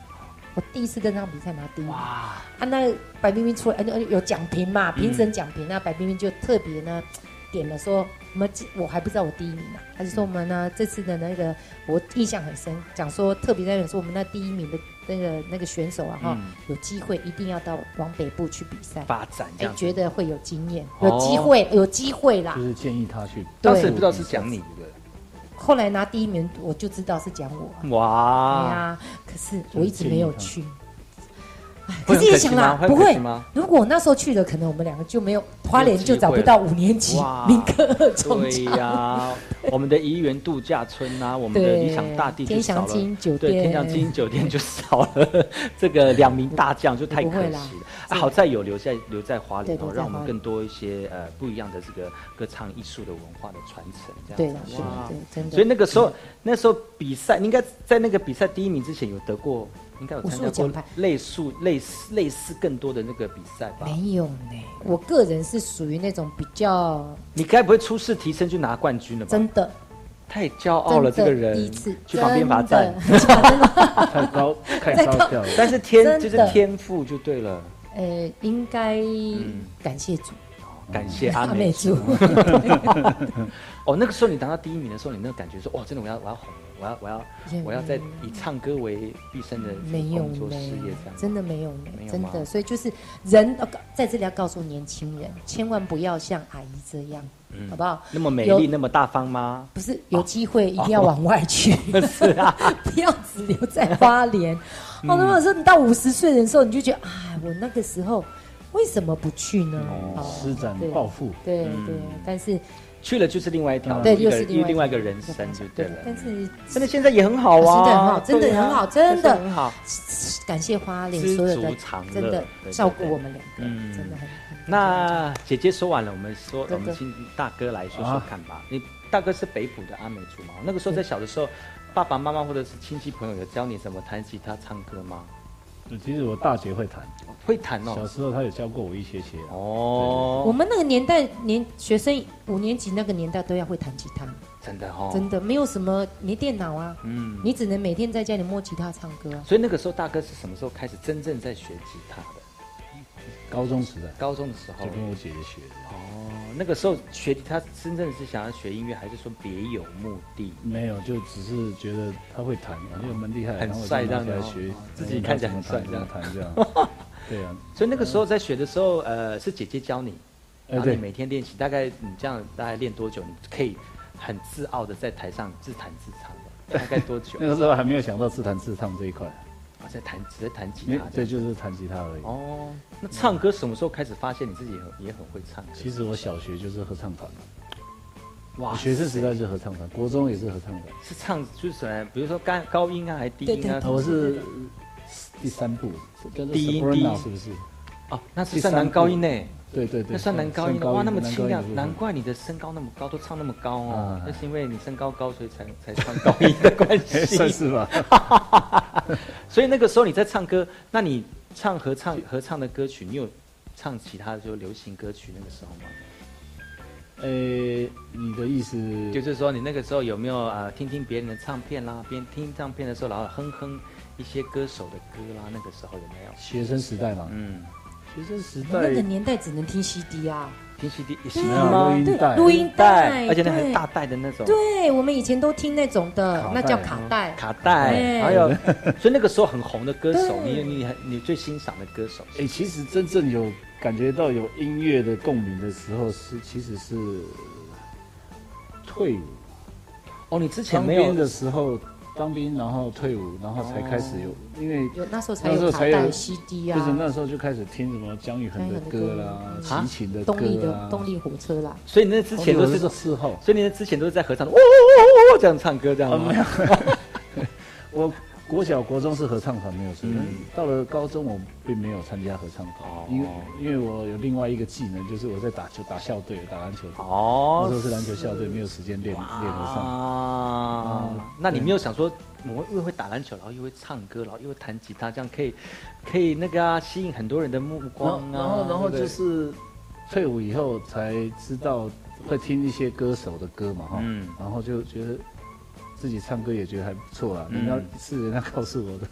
我第一次跟唱比赛拿第一名。哇，啊，那白冰冰出来，呃呃有奖评嘛，嗯评审奖评，那白冰冰就特别呢点了说，我们今我还不知道我第一名啊，他就说我们嗯呢这次的那个我印象很深，讲说特别在讲说我们那第一名的那个那个选手啊哈，嗯有机会一定要到往北部去比赛，发展这哎样，子。觉得会有经验，哦有机会，有机会啦就，是建议他去。对当时不知道是讲你的，后来拿第一名，我就知道是讲嗯我。啊对哇，啊，可是我一直没有去。哎会可很是也可惜想啦吗，不会很可会惜吗。如果我那时候去了，可能我们两个就没有花莲，机就找不会到五年级哇民歌二重对唱。呀、 我们的怡园度假村啊，我们的对理想大地就天少了祥金酒对，店天祥金酒店就少了 这个两名大将，就太可不会惜啦了。啊、好在有留在留在华联对哦留，在让我们花莲更多一些呃不一样的这个歌唱艺术的文化的传承，这对样啦，子对啦，对，真的。所以那个时候，那时候比赛，你应该在那个比赛第一名之前有得过，应该有武参术加过奖牌类似类似类似更多的那个比赛吧？没有呢，我个人是属于那种比较你该不会初试提升就拿冠军了吧？真的太骄傲了，哦这真的个人第一次去旁边罚站， 真的太高太在高高调了。但是天真就的是天赋就对了。呃，应该感谢主，感嗯谢阿阿美美族族。哦，那个时候你拿到第一名的时候，你那个感觉说，哦，真的我要我要红，我要我要也我要在以唱歌为毕生的这没个有工作事业呢这样，。真的没有呢没有，真吗的。所以就是人，呃在这里要告诉年轻人，千万不要像阿姨这样，好不好？嗯那么美有丽，那啊么大方吗？ 不是有机会一定要往外去，是啊，不要只留在花莲。嗯好、如果说你到五十岁的时候，你就觉得，哎，我那个时候为什么不去呢？哦，施展对抱负，对对，但是去了嗯就是另外一条，对一个又是另外一另外一个人生就对了。嗯但是真的现在也很好啊，真的对啊很好真的很好真的很好。感谢花莲知所有足的常乐真对的对照顾对我们两个，嗯真的很。那姐姐说完了，我们说，哥我哥们请大哥来说说看啊吧。你大哥是北浦的阿美族嘛？那个时候在小的时候，爸爸妈妈或者是亲戚朋友有教你怎么弹吉他、唱歌吗？其实我大姐会弹，会弹小哦。时候她有教过我一些些啊。我哦，们那个年代，年学生五年级那个年代都要会弹吉他，真的哦，真的没有什么没电脑啊，嗯。你只能每天在家里摸吉他唱歌啊。所以那个时候，大哥是什么时候开始真正在学吉他的？高中时代高中的时候就。跟我姐姐学的，哦，那个时候学吉他真正是想要学音乐，还是说别有目的？没有，就只是觉得她会弹，我觉得蛮厉害，很然后我就帅拿这样起来子哦学哦，自己看起来很帅怎么弹这样。 对啊，所以那个时候在学的时候，呃，是姐姐教你，哎然后对啊你每天练习，大概你这样大概练多久，你可以很自傲的在台上自弹自唱 的，大概多久那？个时候还没有想到自弹自唱这一块，啊，在弹只在弹吉没他对，这样。就是弹吉他而已。哦，那唱歌什么时候开始发现你自己很也很会唱歌？其实我小学就是合唱团，哇啊我学生时代是合唱团，国中也是合唱团。是唱就是呃比如说高高音啊，还是低音啊？啊我是第三部，叫做第一 Soprano，第一是不是？哦，那是算男高音呢，对对对，那算男高音算的哇，那么男高清音的亮部，分 难怪你的身高那么高，都唱那么高哦啊，那是因为你身高高，所以才才唱高音的关 系。哎算是吧。所以那个时候你在唱歌，那你唱合唱合唱的歌曲，你有唱其他的就流行歌曲那个时候吗？呃，你的意思就是说你那个时候有没有呃听听别人的唱片啦，边听唱片的时候，然后哼哼一些歌手的歌啦，那个时候有没有？学生时代嘛？嗯，学生时我们代那个年代只能听 CD 啊，听 CD 也没行有吗录？音带，录音带，而且那还对大带的那种对，我们以前都听那种的卡带，嗯哎那叫卡带。卡带，对还有，所以那个时候很红的歌手，你对你很你最欣赏的歌手哎、其实真正有感觉到有音乐的共鸣的时候是，其实是退伍哦，你之前当没有兵的时候，当兵然后退伍，然后才开始哦有，因为有那时候才那时候有卡才有带、CD 就是啊，那时候就开始听什么姜育恒的歌啦、姜育恒的歌啊齐秦的歌啊动力啦的，动力火车啦，所以那之前都是，这事后。所以你之前都是在合唱，哦哦哦哦这样唱歌这样啊，吗没？有，我国小、国中是合唱团没有错，但是到了高中我并没有参加合唱团，嗯因哦为因为我有另外一个技能，就是我在打球、打校队、打篮球。那哦时候是篮球校队，没有时间练练合唱。啊，那你没有想说，我又会打篮球，然后又会唱歌，然后又会弹吉他，这样可以，可以那个啊，吸引很多人的目然后光啊。然后然后对不对就是退伍以后才知道会听一些歌手的歌嘛哈，嗯然后就觉得。自己唱歌也觉得还不错啊，人嗯家是人家告诉我的，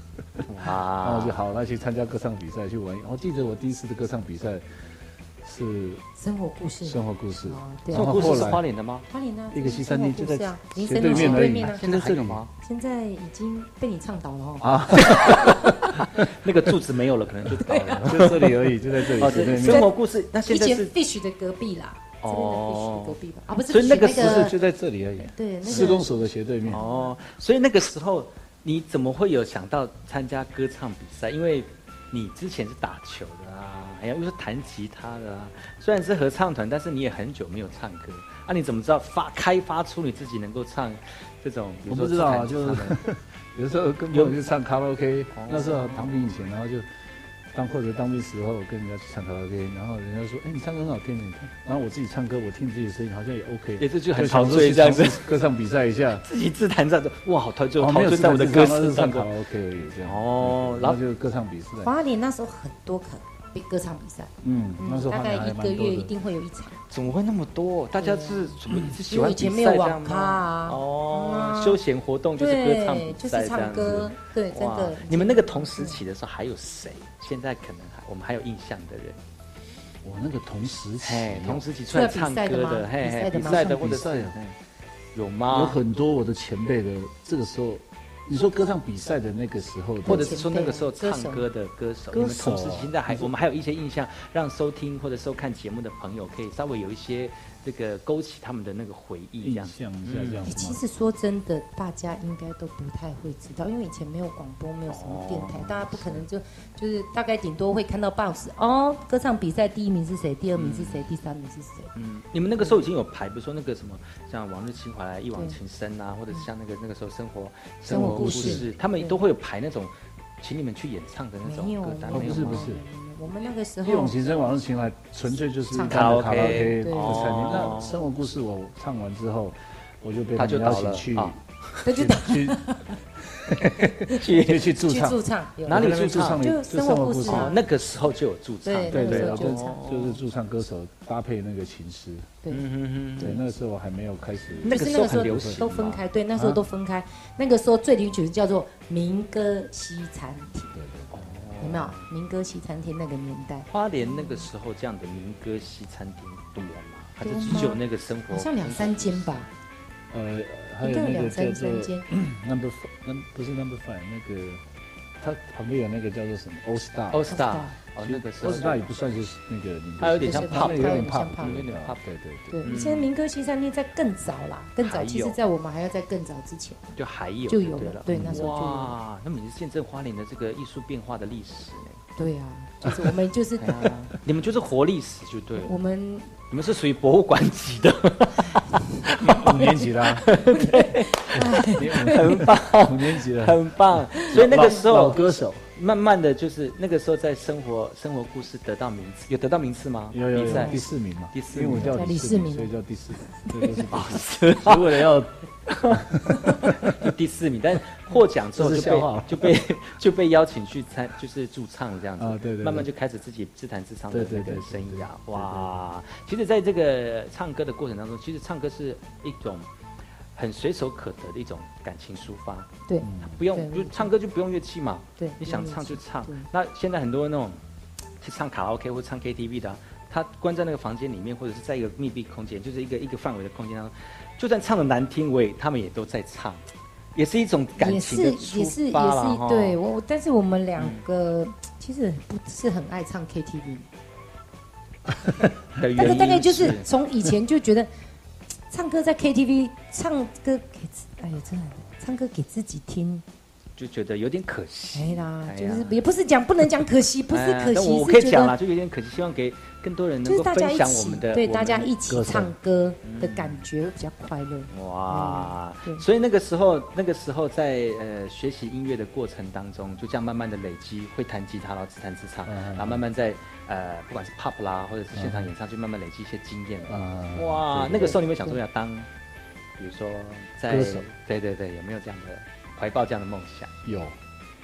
然后我就啊，好，那去参加歌唱比赛去玩。我记得我第一次的歌唱比赛是生活故事。生活故事，哦，对这种啊然后故事后是来花脸的吗？花莲啊，一个西西餐厅就在啊，林斜森对路面斜而对已面啊，现在还有吗？现在已经被你倡导了哦。啊，那个柱子 没有了，可能就倒了。就这里而已，就在这里。哦，就在这那边啊生活故事，那现以在前是 Fish 的隔壁啦，这边的哦必须隔壁吧，啊不是，所以那个必须时候那个就在这里而已对，那个施工所的斜对面。哦，所以那个时候你怎么会有想到参加歌唱比赛？因为你之前是打球的啊，哎呀，又是弹吉他的啊。虽然是合唱团，但是你也很久没有唱歌啊。你怎么知道发开发出你自己能够唱这种？比我不如说知道啊，弹吉就他是的有时候跟朋友去唱卡拉 OK，那时哦候当兵以前，然后就当或者当兵时候跟人家去唱卡拉 OK，然后人家说，哎，你唱歌很好听，你看，然后我自己唱歌，我听自己的声音好像也 OK，也是就很想陶说醉去这样子尝试歌唱比赛一下，自己自弹自唱，哇，好陶醉，哦陶没有醉自在弹我的自歌唱那声是唱当卡拉中。 OK 而已这样。哦对然然后后就是歌唱比赛。花莲那时候很多可歌唱比赛，嗯那时候大花概莲还一蛮个多的月一定会有一场。怎么会那么多？大家是什么？是喜因为欢以比前赛没有这样网咖吗？啊，哦嗯，啊休闲活动就是歌唱比对，就是赛这样子唱歌。，对，真哇的。你们那个同时期的时候还有谁？现在可能还我们还有印象的人，我那个同时期哦嘿，哎同时期出出来来唱唱歌歌的，的嘿，嘿嘿嘿比比赛赛的的或吗者比赛是啊嘿有有吗？很多我的前辈的这个时候，你说歌唱比赛的那个时候的，或者是说那个时候唱歌的歌手，歌手你们同时期现在还我们还有一些印象，让收听或者收看节目的朋友可以稍微有一些这个勾起他们的那个回忆，这印样象子。一下这样哎子其吗？实说真的，大家应该都不太会知道，因为以前没有广播，没有什么电哦台，大家不可能就就是大概顶多会看到报纸哦，歌唱比赛第一名是谁，第二名是谁，第三名是谁。嗯，你们那个时候已经有排，比如说那个什么，像《往日情怀》来，《一往情深》啊，或者是像那个那个时候生活生活故事他们都会有排那种，请你们去演唱的那没种有歌单，哦，没不有是吗不是，我们那个时一往候，情深，往日情来，纯粹就是唱一般的卡卡拉拉 OK， OK 的餐对厅。哦那生活故事我唱完之后，我就被他他就们倒邀了请去啊那就打 去去 去去驻 去唱，驻唱，有哪里我在那边驻驻唱唱就就生活故事哦啊，那个时候就有驻唱，哦对对那个对，时我候就就就有唱是驻唱歌手搭配那个琴师。对。嗯对，那个时候我还没有开始，那就个时是那候个时很候流行啊都嘛分开，对，那时候都分开。那个时候最流行叫做民歌西餐厅，有没有？民歌西餐厅那个年代，花莲那个时候这样的民歌西餐厅多吗？还是多吗只有那个生活？好像两三间吧，呃，还应有该有那个两叫三做三间。 number five，那不是 number five，那个它旁边有那个叫做什么 All Star。 All Star， All 哦，那个时 All 候 Star 也不算是那个，它有点像他 pop，们有点它有 pop，点像 pop 有点 pop 对对对。对，以前民歌西餐厅在更早啦，更还早，有其实在我们还要在更早之前。就还有就有对了了，对那时候就有了哇，那么你是见证花莲的这个艺术变化的历史呢？对啊，就是我们就是哎你们就是活历史就对了，我们你们是属于博物馆级 的， 五年级啦，很棒，哦五年级了，很棒。所以那个时老候，歌手慢慢的就是那个时候在生活生活故事得到名次，有得到名次吗？ 有有比有赛第四名嘛，第四因为名我叫叫李李世世民，民所以叫第四名，这 都是第四名是所以为了要 第四名，但获奖之后这就是被笑话就被 就被邀请去参，就是驻唱这样子，啊对对对慢慢就开始自己自弹自唱的对那对个对生对涯对，哇！其实，在这个唱歌的过程当中，其实唱歌是一种很随手可得的一种感情抒发，对不用对就唱歌就不用乐器嘛，对你想唱就唱对。那现在很多那种去唱卡拉 OK 或唱 KTV 的啊、他关在那个房间里面，或者是在一个密闭空间，就是一个一个范围的空间当中，就算唱的难听，我也他们也都在唱，也是一种感也是情的也是也抒是发啦哈嗯对我，我但是我们两个其实不是很爱唱 KTV，的但原是因大概就是从以前就觉得唱歌在 KTV 唱歌给自，哎呀，真的唱歌给自己听，就觉得有点可惜。哎啦，哎就呀是也不是讲不能讲可惜，不是哎可但我惜，我可以是觉讲啦，得就有点可惜，希望给更多人就能是够大家分一享我们起的对我大们家一起歌声唱歌的感觉比较快乐。哇嗯，对所以那个时候，那个时候在呃学习音乐的过程当中，就这样慢慢的累积，会弹吉他，然后自弹自唱，嗯嗯然后慢慢在呃不管是 pop 啦，或者是现场演唱，就慢慢累积一些经验了。啊，哇，对那个时候你有没有想说要当，比如说在歌手对对对，有没有这样的怀抱这样的梦 想？有，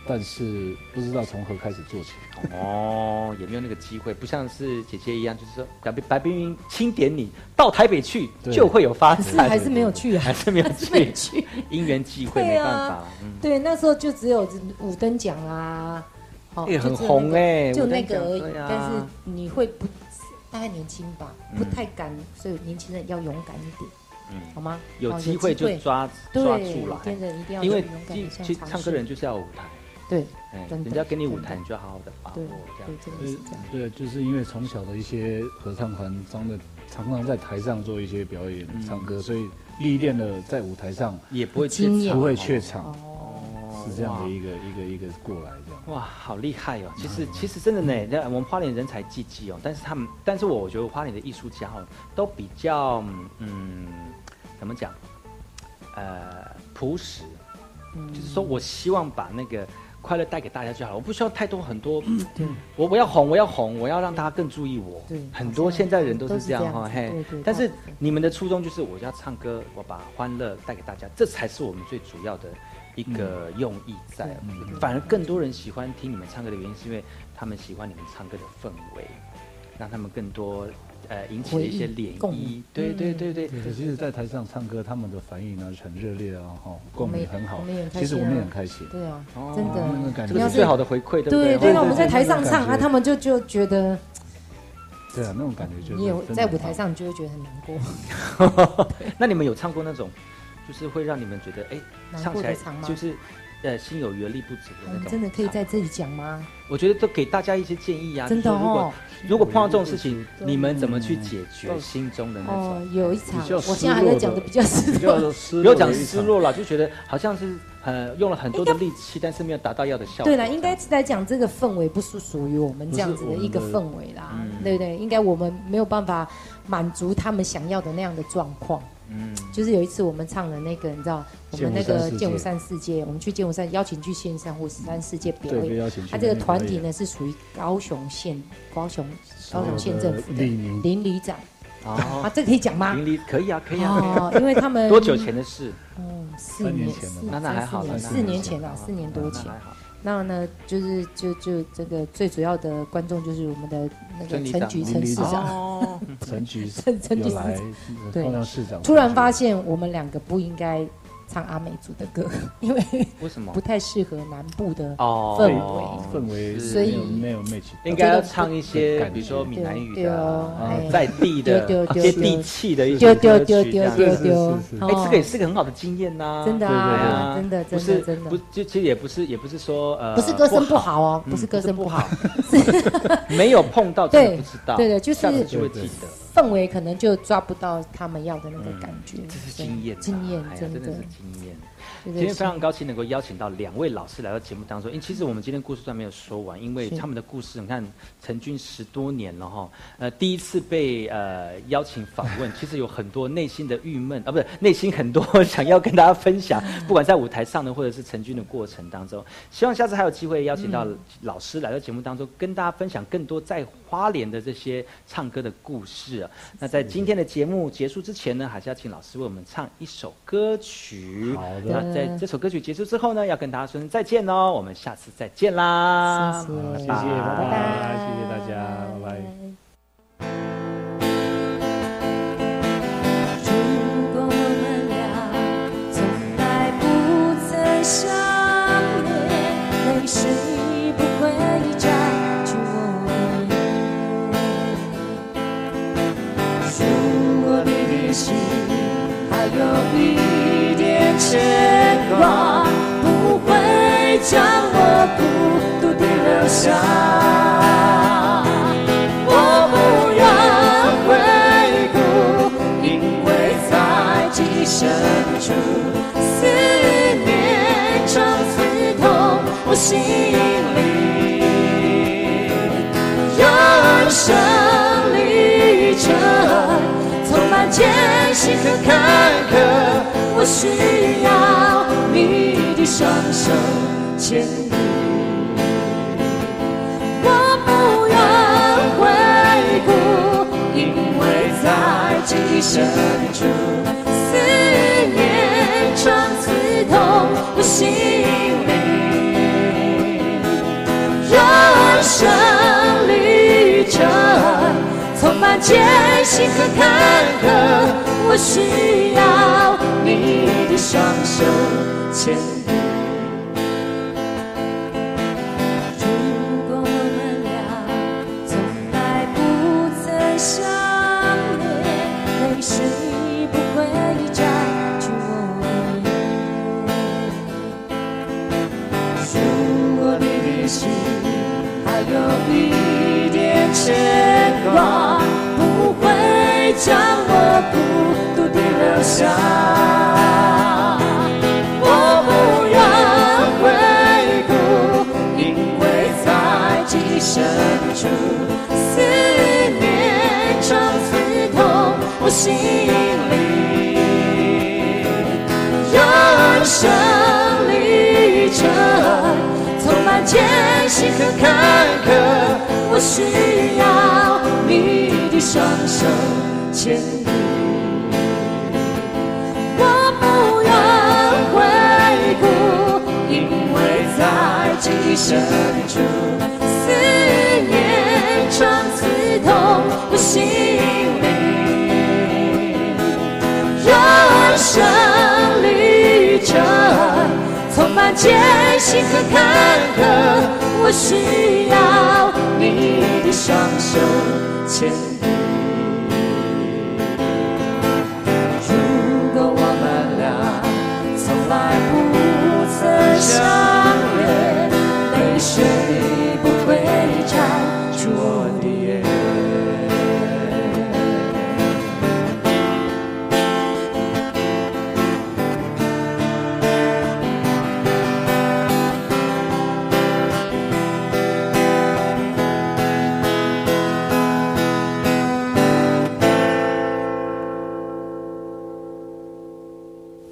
但是不知道从何开始做起。哦，也没有那个机会，不像是姐姐一样，就是说白冰白冰冰钦点你到台北去对就会有发可是展，还是没有去啊，嗯还是没有是没去，去。因缘际会没对啊办法，嗯。对，那时候就只有五等奖啊，哦也很就只有那红个哎就五那等个奖而已对。啊但是你会不大概年轻吧，不太敢，所以年轻人要勇敢一点，嗯好吗？有哦机会就抓对抓住了，年轻人一定要因为勇敢其向其实尝唱试歌人就是要有舞台，对哎，真的人家给你舞真的台，你就要好好的把握对哦这样对，。真呃的对是这样。对，就是因为从小的一些合唱团中的常常在台上做一些表演、唱歌，所以历练了在舞台上也不会经验不会怯哦场，哦是这样的一个一个一个过来这样。哇，好厉害哦！其实其实真的呢，那我们花莲人才济济哦，但是他们，但是我觉得花莲的艺术家哦，都比较嗯，怎么讲？呃，朴实，就是说我希望把那个快乐带给大家就好了，我不需要太多很多，嗯我我要红，我要红，我要让大家更注意我。对很多现在人都是这样都哈是这样嘿子对对，但是你们的初衷就是我要唱歌，我把欢乐带给大家，这才是我们最主要的一个用意在。嗯反而更多人喜欢听你们唱歌的原因，是因为他们喜欢你们唱歌的氛围，让他们更多呃引起了一些回忆涟共漪鸣。对对对对，对，其实，在台上唱歌，他们的反应呢很热烈啊，哈，共鸣很好我们也很。开其心啊实我们也很开心。对啊哦，真的那个感，觉这个要是最好的回馈，对不对？哦对对对，那我们在台上对唱对啊，对他们就就觉得对啊，那种感觉就是你也真的在舞很台好上，你就会觉得很难过。那你们有唱过那种，就是会让你们觉得哎、难唱过起的来唱吗就是呃心有余而力不足的我那们种？真的可以在这里讲吗？我觉得都给大家一些建议啊。真的就是如果哦如果碰到这种事情，对你们怎么去解决心中的那哦种？，有一场比较，我现在还在讲的比较失比较。落失不要落的讲一失场。落了，就觉得好像是呃用了很多的力气，但是没有达到要的效果。对啦，应该是在讲这个氛围不是属于我们这样子的一个氛围啦，对不对？应该我们没有办法满足他们想要的那样的状况。嗯，就是有一次我们唱了那个，你知道，我们那个剑剑湖湖山山世界，我们去剑湖山邀请去剑湖山或山世界表对被演啊邀请。去他这那个边团表体演呢是属于高雄县、高雄、高雄县的政府的李宁林里长啊哦，，这可以讲吗？邻里可以啊，可以啊。哦，可以啊因为他们多久前的事？嗯，四三年年，前了四那那还好三那四年年前前了，哦四年多前那还好。那呢，就是就就这个最主要的观众就是我们的那个村里陈长哦菊邻陈里市长长，陈局 陈陈局有来市长，对高雄市长突然发现我们两个不应该唱阿美族的歌，因为为什么不太适合南部的哦氛围。哦氛围是所以没有 match，应该要唱一些，比如说闽南语对的哦啊，哎在地的啊丢丢丢接地气的一丢些丢歌曲丢这丢样丢子。丢，哎，这个也哦是个很好的经验呐，真的啊，对真的不真的是真的不，就其实也不是也不是说呃不是歌声不好，好哦，嗯不是歌声不好， 没有碰到真的不知道，对对就是下次就会记得。氛围可能就抓不到他们要的那个感觉。这是对经验啊，经验哎呀真真的的是经验。对今对天非常高兴能够邀请到两位老师来到节目当中，因为其实我们今天故事段没有说完，因为是他们的故事，你看陈军十多年了哈，呃，第一次被呃邀请访问，其实有很多内心的郁闷啊，不是内心很多 想要跟大家分 享，不管在舞台上呢，或者是陈军的过程当中，希望下次还有机会邀请到嗯老师来到节目当中，跟大家分享更多在花莲的这些唱歌的故事啊、那在今天的节目结束之前呢，还是要请老师为我们唱一首歌曲。好的那在这首歌曲结束之后呢，要跟大家说声再见哦，我们下次再见啦，啊谢谢，拜拜，谢谢大家，拜拜。如果我们俩从来不曾相恋，泪水不会占据我眼。如果你的心还有一点牵挂，不会将我孤独地留下。我不愿回顾，因为在记忆深处，思念常刺痛我心里。人生旅程充满艰辛和坎坷，我需要你的双手牵引。我不愿回顾，因为在记忆深处，思念常刺痛我心灵。人生旅程充满艰辛和坎坷，我需要你的双手牵引。如果我们俩从来不曾相恋，泪水不会占据我眼。如果你的心还有一点牵挂，不会将孤独地留下。我不愿回顾，因为在记忆深处，思念常刺痛我心里。人生旅程，充满艰辛和坎坷，我需要你的双手牵引。我不愿回顾，因为在记忆深处，思念常刺痛我心里。人生旅程充满艰辛和坎坷，我需要你的双手牵引。如果我们俩从来不曾相恋，泪水不会沾住我的眼。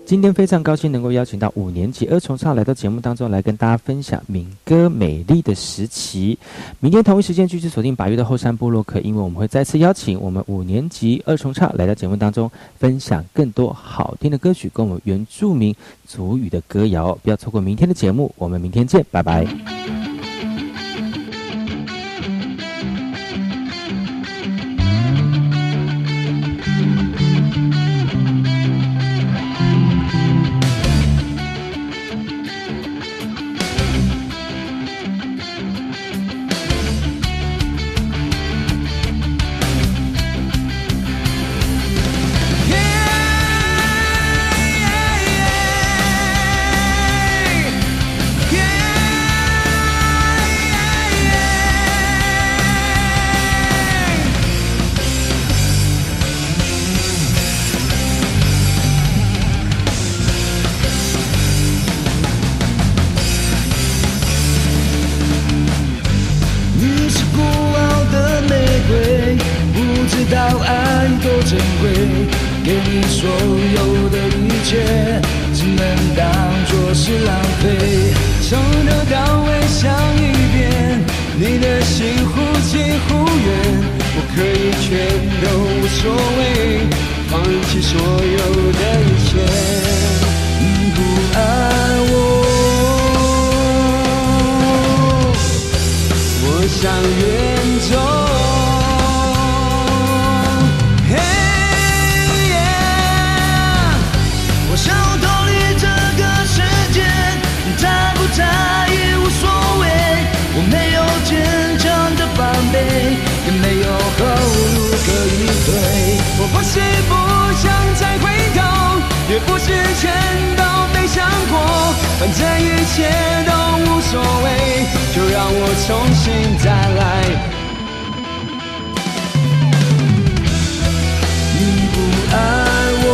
今天非常高兴能够邀请到五年级二重唱来到节目当中来跟大家分享民歌美丽的时期。明天同一时间继续锁定八月的后山部落客，因为我们会再次邀请我们五年级二重唱来到节目当中分享更多好听的歌曲跟我们原住民族语的歌谣哦。不要错过明天的节目，我们明天见，拜拜。你是孤傲的玫瑰，不知道爱多珍贵，给你所有的一切，只能当作是浪费。从头到尾想一遍，你的心忽近忽远，我可以全都无所谓，放弃所有的一切，你不爱我。我想远走。嘿耶！我想逃离这个世界，你在不在也无所谓。我没有坚强的防备，也没有后路可以退。我或许不想再回头，也不是全都没想过，反正一切都无所谓，就让我重新再来。你不爱我，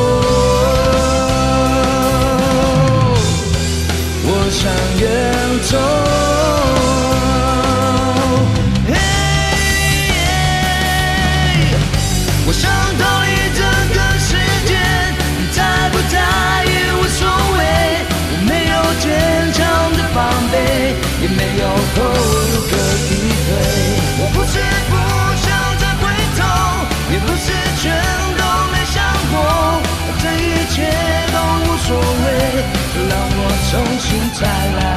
我想远走。嘿耶我想逃离这个世界，你在不在也无所谓。我没有坚强的防备，也没有后路可以退。我不是不想再回头，也不是全都没想过，这一切都无所谓，就让我重新再来。